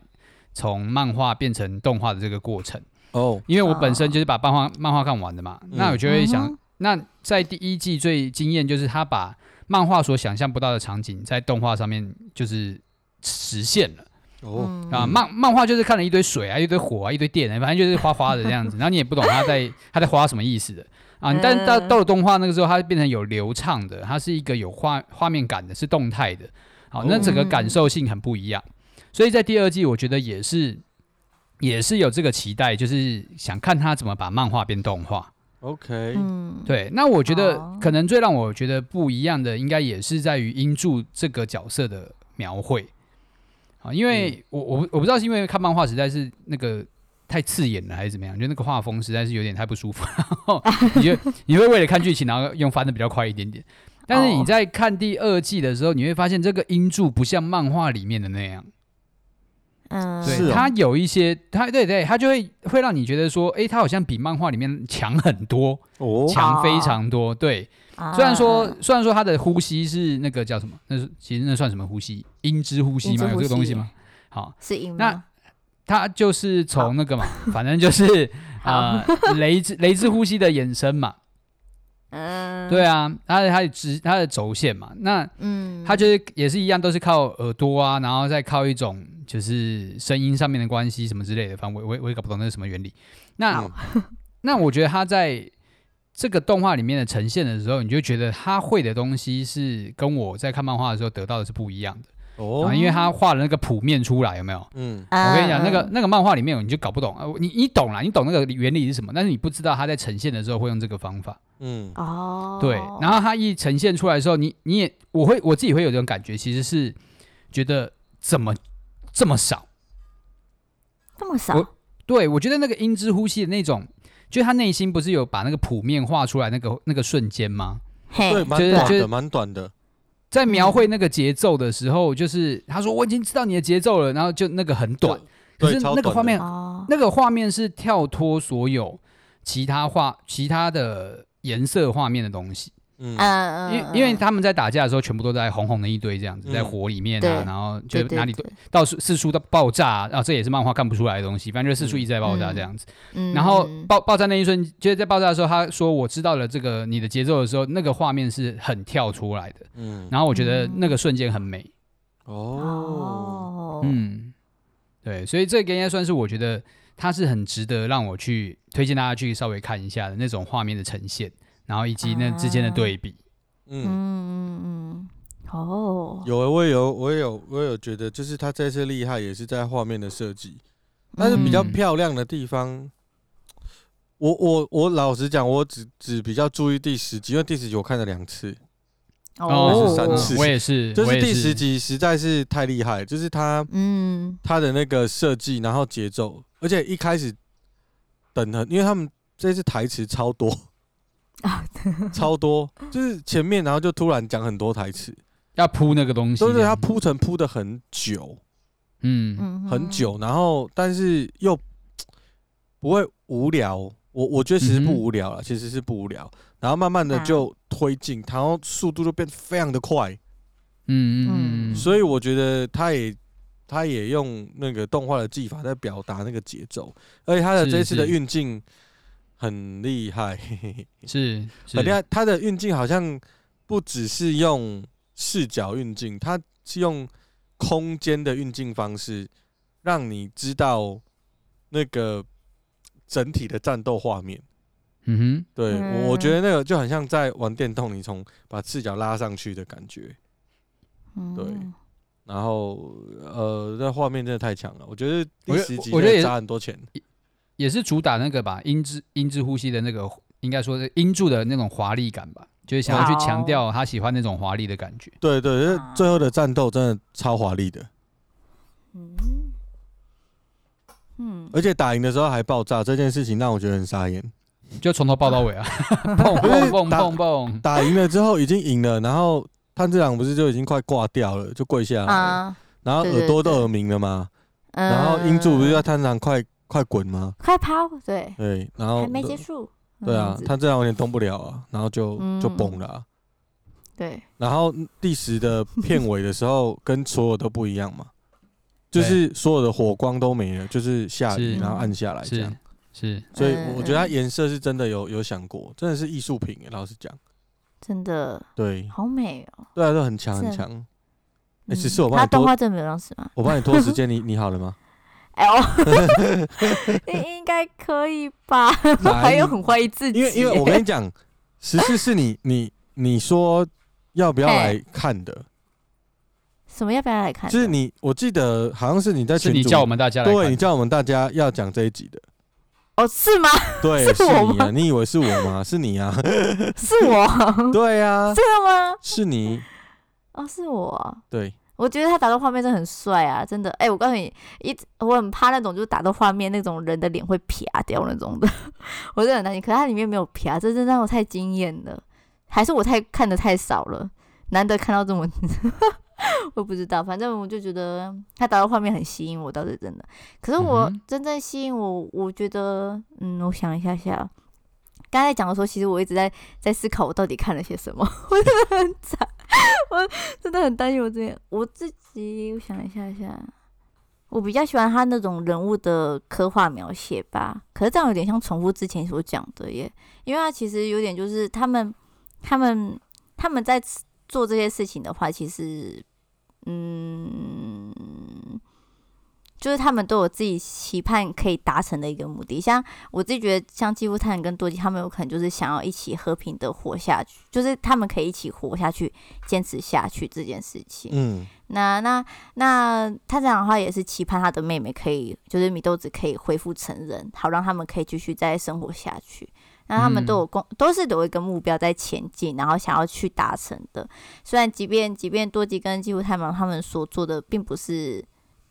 S3: 从漫画变成动画的这个过程，
S2: 哦，
S3: 因为我本身就是把漫画漫画看完的嘛。那我就会想，
S4: 嗯
S3: 那在第一季最惊艳就是他把漫画所想象不到的场景在动画上面就是实现了。
S2: 哦，
S4: 嗯
S3: 啊，漫漫画就是看了一堆水啊，一堆火啊，一堆电啊，反正就是花花的这 样子，然后你也不懂他在他在花什么意思的啊。
S4: 嗯
S3: 但到到了动画那个时候，它变成有流畅的，它是一个有画画面感的，是动态的，好、那整个
S4: 哦
S3: 感受性很不一样。所以在第二季，我觉得也是也是有这个期待，就是想看他怎么把漫画变动画。
S2: OK，
S4: 嗯，
S3: 对，那我觉得
S4: 哦
S3: 可能最让我觉得不一样的，应该也是在于英柱这个角色的描绘啊，因
S4: 嗯
S3: 为我我不我不知道是因为看漫画实在是那个太刺眼了，还是怎么样，就那个画风实在是有点太不舒服， 然后你 就你会为了看剧情，然后用翻的比较快一点点。但是你
S4: 哦
S3: 在看第二季的时候，你会发现这个英柱不像漫画里面的那样，
S4: 嗯，
S2: 是
S3: 对，
S2: 哦
S3: 它有一些，它对对，它就会会让你觉得说，诶，它好像比漫画里面强很多，
S2: 哦，
S3: 强非
S4: 哦
S3: 常多，对。
S4: 啊
S3: 虽然说，虽然说他的呼吸是那个叫什么？那是其实那算什么呼吸？音之呼吸
S4: 音之
S3: 吗？有
S4: 呼
S3: 这个东西
S4: 吸
S3: 吗？好，
S4: 是赢
S3: 那
S4: 吗？
S3: 他就是从那个嘛，反正就是
S4: 好
S3: 呃雷之雷之呼吸的衍生嘛。
S4: 嗯，
S3: 对，啊，他的他的直他的轴线嘛，那
S4: 嗯，
S3: 他就是也是一样，都是靠耳朵啊，然后再靠一种就是声音上面的关系什么之类的，反正我我也我也搞不懂那是什么原理。那、
S2: 嗯
S3: 那我觉得他在这个动画里面的呈现的时候，你就觉得他会的东西是跟我在看漫画的时候得到的是不一样的，
S2: 哦
S3: 啊、，因为他画了那个谱面出来，有没有？
S2: 嗯，
S4: 嗯，
S3: 我跟你讲，那个
S4: 嗯
S3: 那个漫画里面你就搞不懂，啊，你你懂啦，你懂那个原理是什么，但是你不知道他在呈现的时候会用这个方法。
S2: 嗯，
S4: 哦，
S3: 对，然后它一呈现出来的时候，你你也我会我自己会有这种感觉，其实是觉得怎么这么少？
S4: 这么少，
S3: 我对我觉得那个音之呼吸的那种，就他内心不是有把那个谱面画出来那个那个瞬间吗？
S4: 嘿，
S2: 对，蛮短
S3: 就是
S2: 的，蛮短的，
S3: 在描绘那个节奏的时候，就是他说我已经知道你的节奏了，然后就那个很短，可
S2: 对
S3: 是
S2: 超
S3: 那个
S2: 短
S3: 画
S2: 的
S3: 面
S4: 哦，
S3: 那个画面是跳脱所有其他画其他的颜色画面的东西。
S2: 嗯，
S4: 嗯，
S3: 因为因为他们在打架的时候，全部都在红红的一堆这样子，
S2: 嗯
S3: 在火里面啊
S4: 对，
S3: 然后
S4: 对
S3: 就
S4: 对
S3: 哪里都
S4: 对
S3: 到处四处都爆炸啊，啊这也是漫画看不出来的东西，反正就是四处一直在爆炸这样子。
S4: 嗯，
S3: 然后
S4: 嗯
S3: 爆爆炸那一瞬，就是在爆炸的时候，他说我知道了这个你的节奏的时候，那个画面是很跳出来的，
S2: 嗯，
S3: 然后我觉得那个瞬间很美。
S2: 哦，
S4: 哦，
S3: 嗯，对，所以这个应该算是我觉得它是很值得让我去推荐大家去稍微看一下的那种画面的呈现，然后以及那之间
S4: 啊
S3: 的对比。
S4: 음,
S2: 嗯，
S4: 嗯嗯嗯，哦，
S2: 有欸我也有，我也有，我也有觉得，就是他这次厉害也是在画面的设计，但是比较
S3: 嗯
S2: 漂亮的地方，我我我老实讲，我只只比较注意第十集，因为第十集我看了两次，
S3: 어,
S4: 哦，
S2: 是三次
S3: 我也是，
S2: 就
S3: 我
S2: 是
S3: 也
S2: 第十，集实在是太厉害，就是他
S4: 嗯，
S2: 他的那个设计，然后节奏，而且一开始等很，因为他们这次台词超多
S4: 啊，
S2: 超多，就是前面然后就突然讲很多台词，
S3: 要铺那个东西，
S2: 都是他，铺陈铺的很久
S3: 嗯
S4: 嗯，
S2: 很，久，然后但是又不会无聊，我我觉得其实
S3: 嗯哼
S2: 不无聊了，其实是不无聊，然后慢慢的
S4: 啊
S2: 就推进，然后速度就变得非常的快，
S3: 嗯嗯
S4: 嗯
S3: 嗯，
S2: 所以我觉得他也他也用那个动画的技法在表达那个节奏，而且他的
S3: 是
S2: 这次的
S3: 是
S2: 运镜很厉害，
S3: 是是
S2: 很厉害。他的运镜好像不只是用视角运镜，他是用空间的运镜方式，让你知道那个整体的战斗画面。
S3: 嗯
S2: 对我、
S4: 嗯
S2: 我觉得那个就很像在玩电动，你从把视角拉上去的感觉。
S4: 嗯
S2: 对然后呃，那画面真的太强了，我觉得第
S3: 我觉
S2: 十集
S3: 我觉
S2: 真
S3: 得
S2: 的
S3: 也
S2: 砸很多钱。
S3: 哼，也是主打那个吧，音质音质呼吸的那个，应该说是音柱的那种华丽感吧，就是想要去强调他喜欢那种华丽的感觉。
S2: 对对，就是
S4: 啊
S2: 最后的战斗真的超华丽的，
S4: 嗯嗯，
S2: 而且打赢的时候还爆炸，这件事情让我觉得很傻眼。
S3: 就从头爆到尾 啊，砰
S2: 不是
S3: 砰砰
S2: 打
S3: 砰砰，
S2: 打赢了之后已经赢了，然后炭治郎不是就已经快挂掉了，就跪下来了，
S4: 啊，
S2: 然后
S4: 对对
S2: 耳朵都
S4: 对
S2: 耳鸣了嘛，
S4: 嗯
S2: 然后英柱不是叫炭治郎快快滚吗？
S4: 快跑，对，
S2: 对，然后
S4: 还没结束，
S2: 对
S4: 那
S2: 啊
S4: 样，子
S2: 炭治郎有点动不了啊，然后就就
S4: 嗯
S2: 崩了啊、
S4: 对，
S2: 然后第十的片尾的时候，跟所有都不一样 嘛，就是所有的火光都没了，就是下雨
S3: 是
S2: 然后暗下来这
S3: 是
S2: 样。
S3: 是，
S2: 所以
S4: 嗯
S2: 我觉得它
S4: 嗯
S2: 颜色是真的有有想过，真的是艺术品耶。老实讲，
S4: 真的
S2: 对
S4: 好美哦。
S2: 对啊，都很强
S4: 是
S2: 很强。哎，
S4: 嗯
S2: 只是我帮
S4: 他
S2: 你
S4: 动
S2: 拖，
S4: 画真的没有让死吗？
S2: 我帮你拖时间，你 你好了吗？
S4: 哎 哦，应应该可以吧？我 还有很怀疑自己
S2: 因
S4: 耶，
S2: 为因为我跟你 讲，十四是你你你说要不要来看的，
S4: 什么要不要来看的？
S2: 就是你我记得好像是你在
S3: 是
S2: 群
S3: 你
S2: 组
S3: 叫我们大家来
S2: 对你
S3: 看，
S2: 叫我们大家要讲这一集的。
S4: 哦，是吗？
S2: 对，是
S4: 是我
S2: 你啊！
S4: 吗
S2: 你以为是我吗？是你啊！
S4: 是 我，
S2: 对啊，
S4: 真的吗？
S2: 是你。
S4: 哦，是我。
S2: 对，
S4: 我觉得他打斗画面真的很帅啊，真的。哎、我告诉你，一我很怕那种就是打斗画面那种人的脸会啪掉那种的， 我真的很担心。可是它里面没有啪，这真的让我太惊艳了，还是我太看的太少了，难得看到这么， 我不知道。反正我就觉得他打斗画面很吸引我，倒是真的。可是我
S3: 嗯哼
S4: 真正吸引我，我觉得，嗯，我想一下下。刚才讲的时候，其实我一直在在思考我到底看了些什么， 我真的很惨。真的很担心我这边我自己，我想一下一下，我比较喜欢他那种人物的刻画描写吧。可是这样有点像重复之前所讲的耶，因为他其实有点就是他们、他们、他们在做这些事情的话，其实嗯，就是他们都有自己期盼可以达成的一个目的。像我自己觉得，像基夫探跟多吉他们有可能就是想要一起和平的活下去，就是他们可以一起活下去，坚持下去这件事情。
S2: 嗯，
S4: 那那那他这样的话也是期盼他的妹妹可以，就是米豆子可以恢复成人，好让他们可以继续再生活下去。那他们都有共，都是有一个目标在前进，然后想要去达成的。虽然即便即便多吉跟基夫太郎他们所做的并不是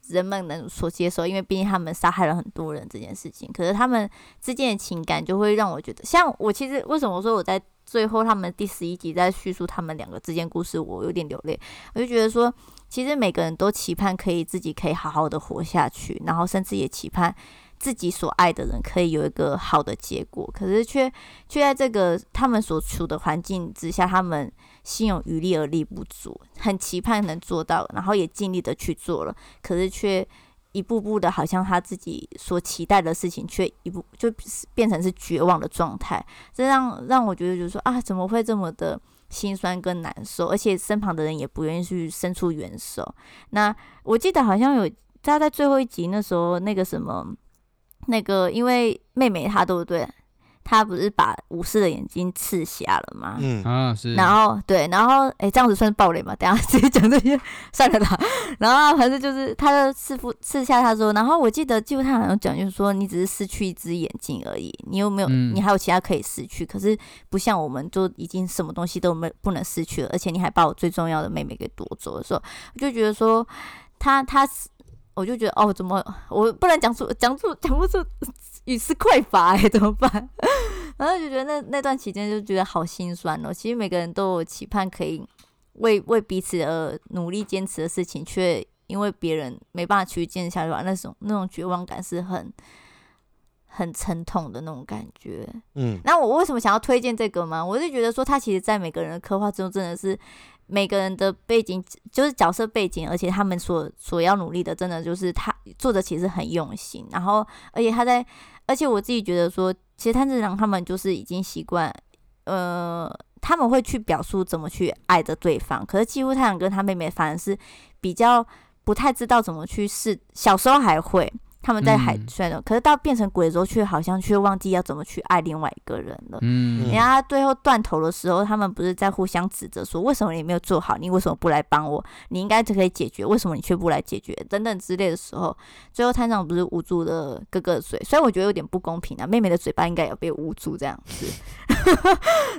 S4: 人们能所接受，因为毕竟他们杀害了很多人这件事情，可是他们之间的情感就会让我觉得，像我其实为什么我说我在最后他们第十一集在叙述他们两个之间故事，我有点流泪，我就觉得说，其实每个人都期盼可以自己可以好好的活下去，然后甚至也期盼自己所爱的人可以有一个好的结果，可是却却在这个他们所处的环境之下，他们心有余力而力不足，很期盼能做到，然后也尽力的去做了，可是却一步步的，好像他自己所期待的事情，却一步就变成是绝望的状态，这让让我觉得就是说啊，怎么会这么的心酸跟难受，而且身旁的人也不愿意去伸出援手。那我记得好像有他在最后一集那时候那个什么。那个，因为妹妹她对不对？她不是把武士的眼睛刺瞎了吗？
S2: 嗯，
S3: 啊，是，
S4: 然后对，然后哎，这样子算是暴雷嘛？等一下直接讲这些，算了啦。然后啊反正就是他的师傅刺下他说，然后我记得记乎他好像讲就是说，你只是失去一只眼睛而已，你有没有？
S3: 嗯
S4: 你还有其他可以失去，可是不像我们就已经什么东西都没不能失去了，而且你还把我最重要的妹妹给夺走的时候，我就觉得说他他是。我就觉得哦，怎么我不能讲出讲出讲不出语词匮乏哎、怎么办？ 然后就觉得那那段期间就觉得好心酸哦。其实每个人都有期盼可以为为彼此而努力坚持的事情，却因为别人没办法去坚持下去吧，那种那种绝望感是很很沉痛的那种感觉。
S2: 嗯，
S4: 那我为什么想要推荐这个吗？我是觉得说，它其实在每个人的刻画之中，真的是每个人的背景，就是角色背景，而且他们所所要努力的，真的就是他作者其实很用心。然后，而且他在，而且我自己觉得说，其实炭治郎他们就是已经习惯，呃，他们会去表述怎么去爱着对方。可是，几乎太阳跟他妹妹反而是比较不太知道怎么去试，小时候还会。他们在海
S3: 嗯
S4: 虽然可是到变成鬼之后，却好像却忘记要怎么去爱另外一个人了。
S3: 嗯
S4: 人
S2: 嗯
S4: 家最后断头的时候，他们不是在互相指责说，为什么你没有做好？你为什么不来帮我？你应该就可以解决，为什么你却不来解决？等等之类的时候，最后探长不是捂住了哥哥的嘴，虽然我觉得有点不公平啊，妹妹的嘴巴应该也被捂住这样子。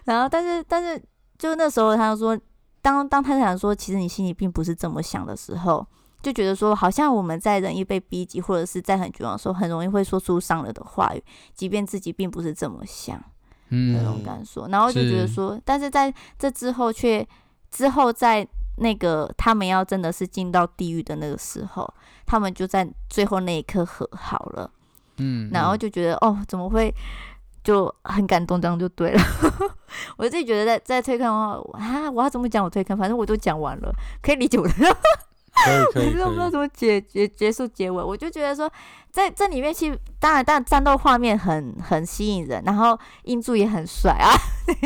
S4: 然后，但是，但是，就那时候他就说，当当探长说，其实你心里并不是这么想的时候。就觉得说，好像我们在人一被逼急，或者是在很绝望的时候，很容易会说出伤人的话语，即便自己并不是这么想。那
S3: 嗯
S4: 种感受，然后就觉得
S3: 是
S4: 说，但是在这之后却之后在那个他们要真的是进到地狱的那个时候，他们就在最后那一刻和好了，
S3: 嗯，
S4: 然后就觉得哦，怎么会就很感动，这样就对了。 我自己觉得在在推看的话，啊，我要怎么讲我推看，反正我都讲完了，可以理解我的
S2: 可以可
S4: 我
S2: 以
S4: 真啊 的不知
S2: 可
S4: 道
S2: 以，
S4: 怎么结结结束结尾，我就觉得说，在这里面其实当然，但战斗画面很很吸引人，然后英柱也很帅啊，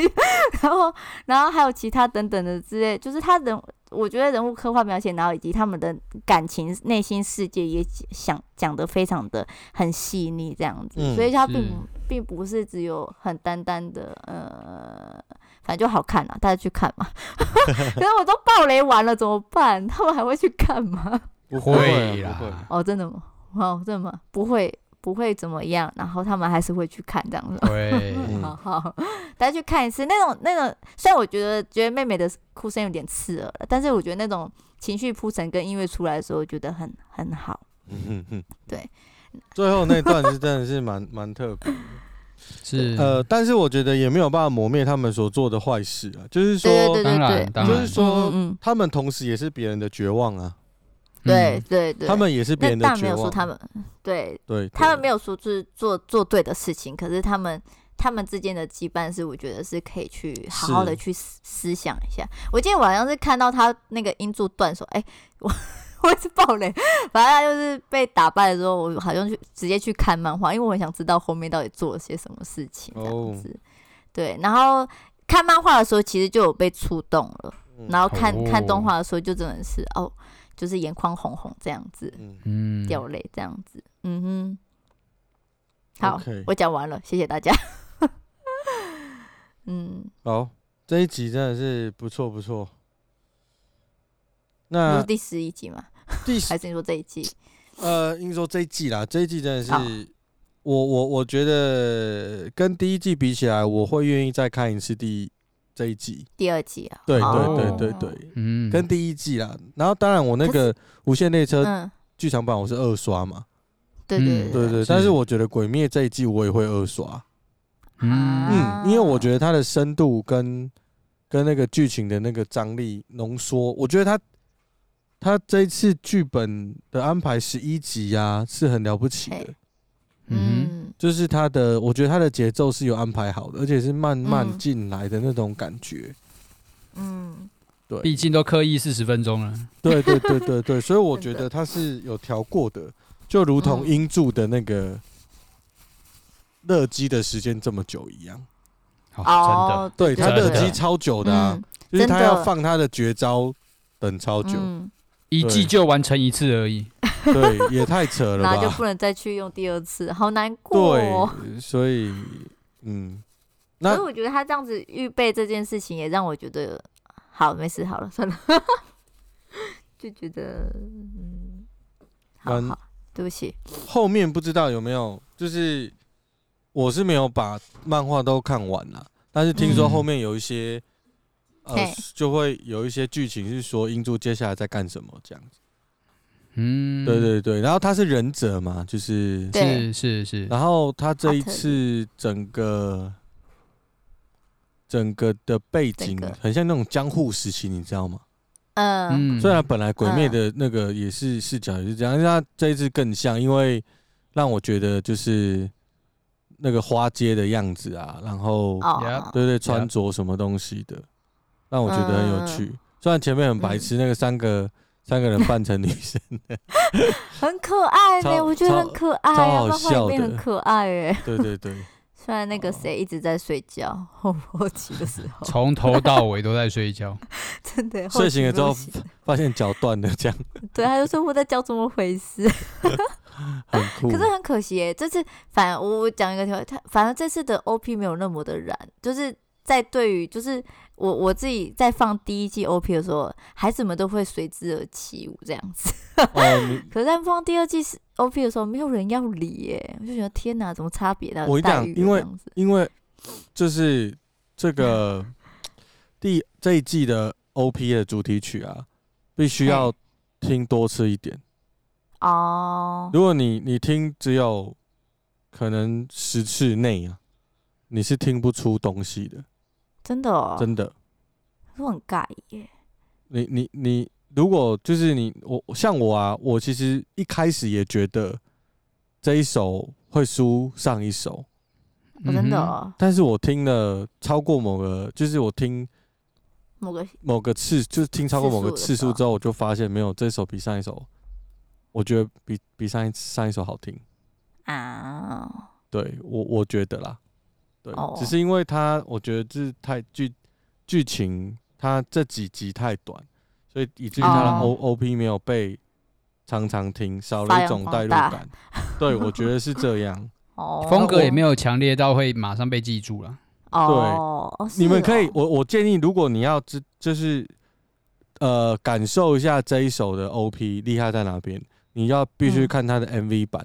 S4: 然后然后还有其他等等的之类，就是他人，我觉得人物刻画描写，然后以及他们的感情、内心世界也想讲的非常的很细腻这样子，
S2: 嗯
S4: 所以它
S3: 是
S4: 并不并不是只有很单单的呃。反正就好看啊，大家去看嘛。 可是我都爆雷完了，怎么办？ 他们还会去看吗？
S2: 不
S3: 会
S2: 啊不会
S3: 啦，
S4: 哦，真的吗？哦，真的吗？不会，不会怎么样，然后他们还是会去看这样子。
S3: 会，
S2: 嗯
S4: 好好，大家去看一次那种那种，虽然我觉得觉得妹妹的哭声有点刺耳了，但是我觉得那种情绪铺陈跟音乐出来的时候，我觉得很很好。
S2: 嗯嗯，
S4: 对。
S2: 最后那段是真的是蛮蛮特别，
S3: 是，
S2: 呃，但是我觉得也没有办法磨灭他们所做的坏事啊，就是说
S4: 对对对
S3: 当
S4: 对
S3: 然，
S4: 对，
S3: 当
S2: 就是
S3: 然，
S2: 说
S4: 嗯嗯，
S2: 他们同时也是别人的绝望啊，
S3: 嗯
S4: 对对对，
S2: 他们也是别
S4: 那
S2: 人的
S4: 但没
S2: 绝
S4: 有说
S2: 望，
S4: 他们对
S2: 对
S4: 他们没
S2: 有
S4: 有说就是做做对的事情，可是他们他们之间的羁绊是我觉得是可以去好好的
S2: 是
S4: 去思思想一下。我今天晚上是看到他那个英柱断手，哎、我 我是爆雷，反正他就是被打败的时候，我好像去直接去看漫画，因为我很想知道后面到底做了些什么事情这
S2: 哦
S4: 样子。对，然后看漫画的时候其实就有被触动了，
S2: 嗯
S4: 然后看、看动
S3: 哦
S4: 画的时候就真的是哦，就是眼眶红红这样子。
S2: 嗯
S3: 嗯，
S4: 掉泪这样子。嗯哼，好
S2: OK
S4: 我讲完了，谢谢大家。嗯，
S2: 好，这一集真的是不错不错。
S4: 这
S2: 那
S4: 是第十一集嘛？
S2: 第十
S4: 还是你说这一季？
S2: 呃，应该说这一季啦，这一季真的是、
S4: 啊
S2: 我我我觉得跟第一季比起来，我会愿意再看一次第一这一季。
S4: 第二季啊？
S2: 对
S4: 哦
S2: 对对对对，
S3: 嗯，
S2: 跟第一季啦。然后当然我那个《无限列车》
S4: 嗯，
S2: 剧场版我是二刷嘛，
S4: 对
S3: 嗯
S4: 对
S2: 呃对对。
S3: 是
S2: 但是我觉得《鬼灭》这一季我也会二刷，
S4: 啊
S2: 嗯，因为我觉得它的深度跟跟那个剧情的那个张力浓缩，我觉得它。啊它这一次剧本的安排十一集呀、是很了不起的
S4: 嘿。
S3: 嗯
S4: 嗯，
S2: 就是它的，我觉得它的节奏是有安排好的，而且是慢慢
S4: 嗯
S2: 进来的那种感觉。
S4: 嗯，
S2: 对，
S3: 哼，毕竟都刻意四十分钟了。
S2: 对对对对对，所以我觉
S4: 真的
S2: 得它是有调过的，就如同
S4: 嗯
S2: 英柱的那个乐基的时间这么久一样。
S3: 哦，
S2: 对，
S4: 对
S2: 他
S3: 对
S2: 乐
S3: 对
S2: 基超久的啊
S4: 嗯，，
S2: 就是他
S4: 真的
S2: 要放他的绝招等超久，
S4: 嗯
S3: 真的，一季就完成一次而已。
S2: 对，也太扯了
S4: 然后就
S2: 吧？
S4: 不能再去用第二次，好难过哦。
S2: 对，所以嗯，
S4: 所以
S2: 那
S4: 我觉得他这样子预备这件事情，也让我觉得好，没事，好了，算了， 就觉得嗯，好
S2: 嗯
S4: 好，对不起，
S2: 后面不知道有没有，就是我是没有把漫画都看完啦，但是听说
S3: 嗯
S2: 后面有一些。呃
S4: 嗯嘿，
S2: 就会有一些剧情是说英柱接下来在干什么这样子。
S3: 嗯，
S2: 对对对，然后他是忍者嘛，就是
S4: 对
S3: 是是是，
S2: 然后他这一
S4: 好特
S2: 次整个整个的背景
S4: 整个
S2: 很像那种江户时期，你知道吗？
S4: 嗯
S2: 虽然哦本来鬼灭的那个也是视角也是这样，但是他这一次更像，因为让我觉得就是那个花街的样子啊，然后
S4: 哦，嗯
S2: 对对穿着什么东西的，让我觉得很有趣。虽然前面很白痴，那个三个三个人扮成女 生，
S4: 很可爱呢，
S2: 超
S4: 我觉得很可爱
S2: 超
S4: 啊，
S2: 好
S4: 漫画
S2: 笑
S4: 里面
S2: 的
S4: 很可爱哎。
S2: 对对对，
S4: 虽然那个谁一直在睡觉，后后期的时候，
S3: 从头到尾都在睡觉。
S4: 真的后
S2: 睡醒
S4: 期
S2: 了之后
S4: 入戏
S2: 发现脚断了，这样
S4: 对，他就说我在教怎么回事。
S2: 很酷
S4: 可。是很可惜耶，这次反而我我讲一个条件，他反而这次的 OP 没有那么的燃，就是在对于就是我我自己在放第一季 OP 的时候，孩子们都会随之而起舞这样子。
S2: 哦，你
S4: 可是在放第二季是 OP 的时候，没有人要理耶，我就觉得天哪，怎么差别大？
S2: 我跟你
S4: 待
S2: 讲
S4: 遇
S2: 因为
S4: 这样子
S2: 因为就是这个
S4: 嗯
S2: 第这一季的 OP 的主题曲啊，必须要听多次一点。
S4: 哦，
S2: 如果你你听只有可能十次内啊，你是听不出东西的，
S4: 真的哦，
S2: 真的。
S4: 我很尬耶。
S2: 你你你，如果就是你我像我啊，我其实一开始也觉得这一首会输上一首，
S4: 我真的、
S3: 嗯哼
S4: 哦
S2: 但是我听了超过某个，就是我听
S4: 某个
S2: 某个次，就是听超过某个
S4: 次
S2: 次
S4: 数的时
S2: 数
S4: 候
S2: 之后，我就发现没有这首比上一首，我觉得比比上一上一首好听。
S4: 啊，
S2: 对我我觉得啦，对，
S4: 哦
S2: 只是因为它我觉得就是太剧剧情，它这几集太短，所以以至于它的 O
S4: 哦
S2: O P 没有被常常听，少了一种代入
S4: 发扬
S2: 感。对，我觉得是这 样。
S4: 哦，
S3: 嗯风格也没
S4: 有
S3: 有强烈到会马上被记住了。
S4: 哦，哦
S2: 你们
S4: 是
S2: 可以
S4: 哦，
S2: 我我建议，如果你要知，就是呃感受一下这一首的 OP 厉害在哪边，你要必须
S4: 嗯
S2: 看它的 MV 版。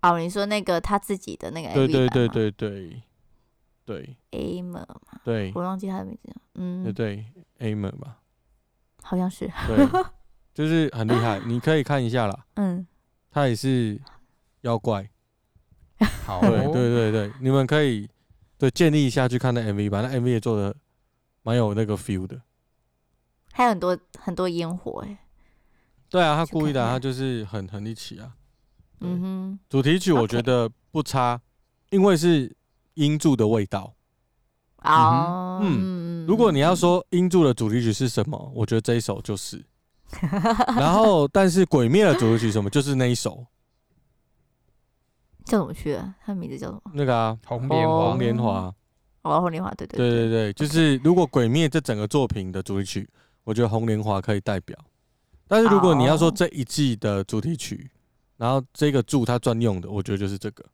S4: 哦，你说那个他自己的那个 MV
S2: 对对对
S4: 版吗
S2: 对对对
S4: A 嘛，
S2: 对
S4: 我忘记他的名字了，
S2: 对
S4: 嗯，
S2: 对 A 们吧，
S4: 好像是，
S2: 对，就是很厉害，你可以看一下啦。
S4: 嗯，
S2: 他也是妖怪，
S3: 好
S2: 对
S3: 哦，
S2: 对对对，你们可以对建立一下去看那 MV 吧，那 MV 也做的蛮有那个 feel 的。
S4: 还有很多很多烟火哎，
S2: 对啊，他
S4: 去
S2: 故意的啊，他
S4: 看看
S2: 就是很很一起啊。对
S4: 嗯哼，
S2: 主题曲我
S4: OK
S2: 觉得不差，因为是音柱的味道。
S4: 哦，
S2: 嗯
S4: 嗯，
S2: 如果你要
S4: 嗯，
S2: 说音柱的主题曲是什么，我觉得这一首就是。然后，但是《鬼灭》的主题曲是什么，就是那一首
S4: 叫什么去啊？他的名字叫什么？
S2: 那个啊，
S3: 红莲
S2: 《
S3: 花
S2: 红，莲华》。
S4: 哦，红莲花，对对
S2: 对对对，就是如果《鬼灭》这整个作品的主题曲，我觉得《红莲华》可以代表。但是如果你要说
S4: 哦
S2: 这一季的主题曲，然后这个柱他专用的，我觉得就是这个，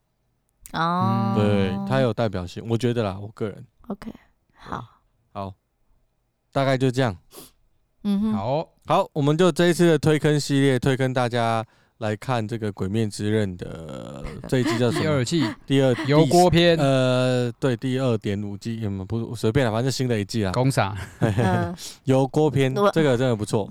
S4: 哦，
S2: 对，它有代表性，我觉得啦，我个人
S4: ，OK，好，
S2: 好，大概就这样。
S4: 嗯哼，
S3: 好哦，
S2: 好，我们就这一次的推坑系列，推坑大家来看这个《鬼灭之刃》的这一季叫什
S3: 第
S2: 么
S3: 二？季
S2: 嗯第二
S3: 油锅篇，
S2: 呃，对，第二点五季，嗯，不随便了，反正新的一 季啦。
S3: 公啊傻，
S4: 嗯
S2: 油锅篇
S4: 我
S2: 这个真的不错。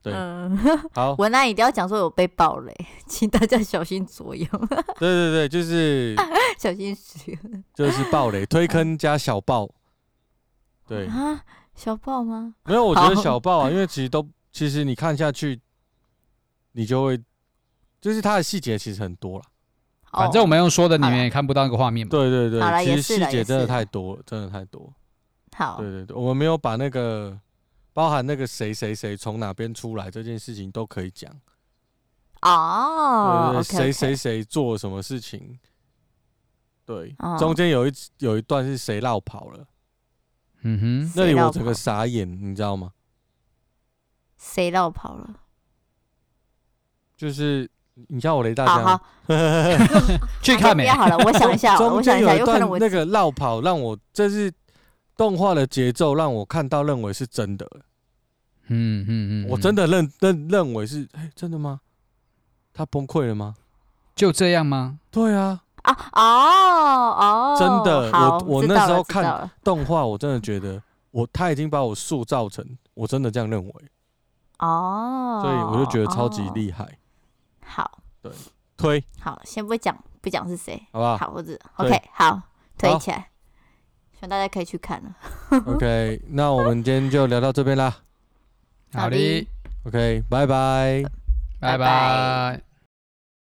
S2: 对
S4: 嗯，
S2: 好，
S4: 文案一定要讲说有被爆雷， 请大家小心左右，
S2: 对对对，就是
S4: 小心使用
S2: 就是暴雷推坑加小爆。对，
S4: 啊，小爆吗？
S2: 没有，我觉得
S4: 好
S2: 小爆啊，因为其实都其实你看下去，你就会，就是它的细节其实很多啦。
S3: 反正我
S4: 哦
S3: 们用说的，你
S4: 好
S3: 们
S4: 啦
S3: 也看不到那个画面嘛。
S2: 对对
S4: 好啦
S2: 对，
S4: 也
S2: 其实
S4: 是
S2: 细
S4: 啦
S2: 节
S4: 也
S2: 真的
S4: 是
S2: 太多，真的太多。
S4: 好
S2: 对对对，我们没有把那个包含那个谁谁谁从哪边出来这件事情都可以讲。
S4: 哦
S2: 对对，对谁
S4: OK，
S2: 谁谁做了什么事情？对，
S4: 哦
S2: 中间有一有一段是谁绕跑了，
S3: 嗯
S2: 那
S4: 谁
S2: 里我
S4: 绕
S2: 整
S4: 跑
S2: 个傻眼，你知道吗？
S4: 谁绕跑了？
S2: 就是你像我雷大
S4: 好
S2: 家
S4: 好，，
S3: 哼，去看
S4: 没
S3: 没
S4: 有？好了，我想一下好了，
S2: 中
S4: 我想
S2: 间
S4: 一下，
S2: 有一
S4: 有可
S2: 段
S4: 能我
S2: 那个绕跑让我这是动画的节奏让我看到认为是真的，
S3: 嗯嗯嗯，
S2: 我真
S3: 的
S2: 的认认认为是哎、真的吗？他崩溃了吗？
S3: 就这样吗？
S2: 对啊，
S4: 啊哦哦，
S2: 真的
S4: 好
S2: 我我
S4: 知
S2: 那
S4: 道
S2: 时
S4: 了
S2: 候
S4: 知
S2: 看
S4: 道了
S2: 动画我真的觉得我他已经把我塑造成我真的这样认为，
S4: 哦，
S2: 所以我就觉得超级
S4: 哦。
S2: 厉害，
S4: 好
S2: 推
S4: 好，先不讲不讲是谁，
S2: 好不好
S4: 好，我知
S2: 对
S4: OK，好，推
S2: 好
S4: 起来，希望大家可以去看啊了。
S2: ？OK，那我们今天就聊到这边啦。
S3: 好
S4: 好
S3: 的
S4: 的，
S2: OK，拜拜。
S3: 拜
S4: 拜
S3: 拜。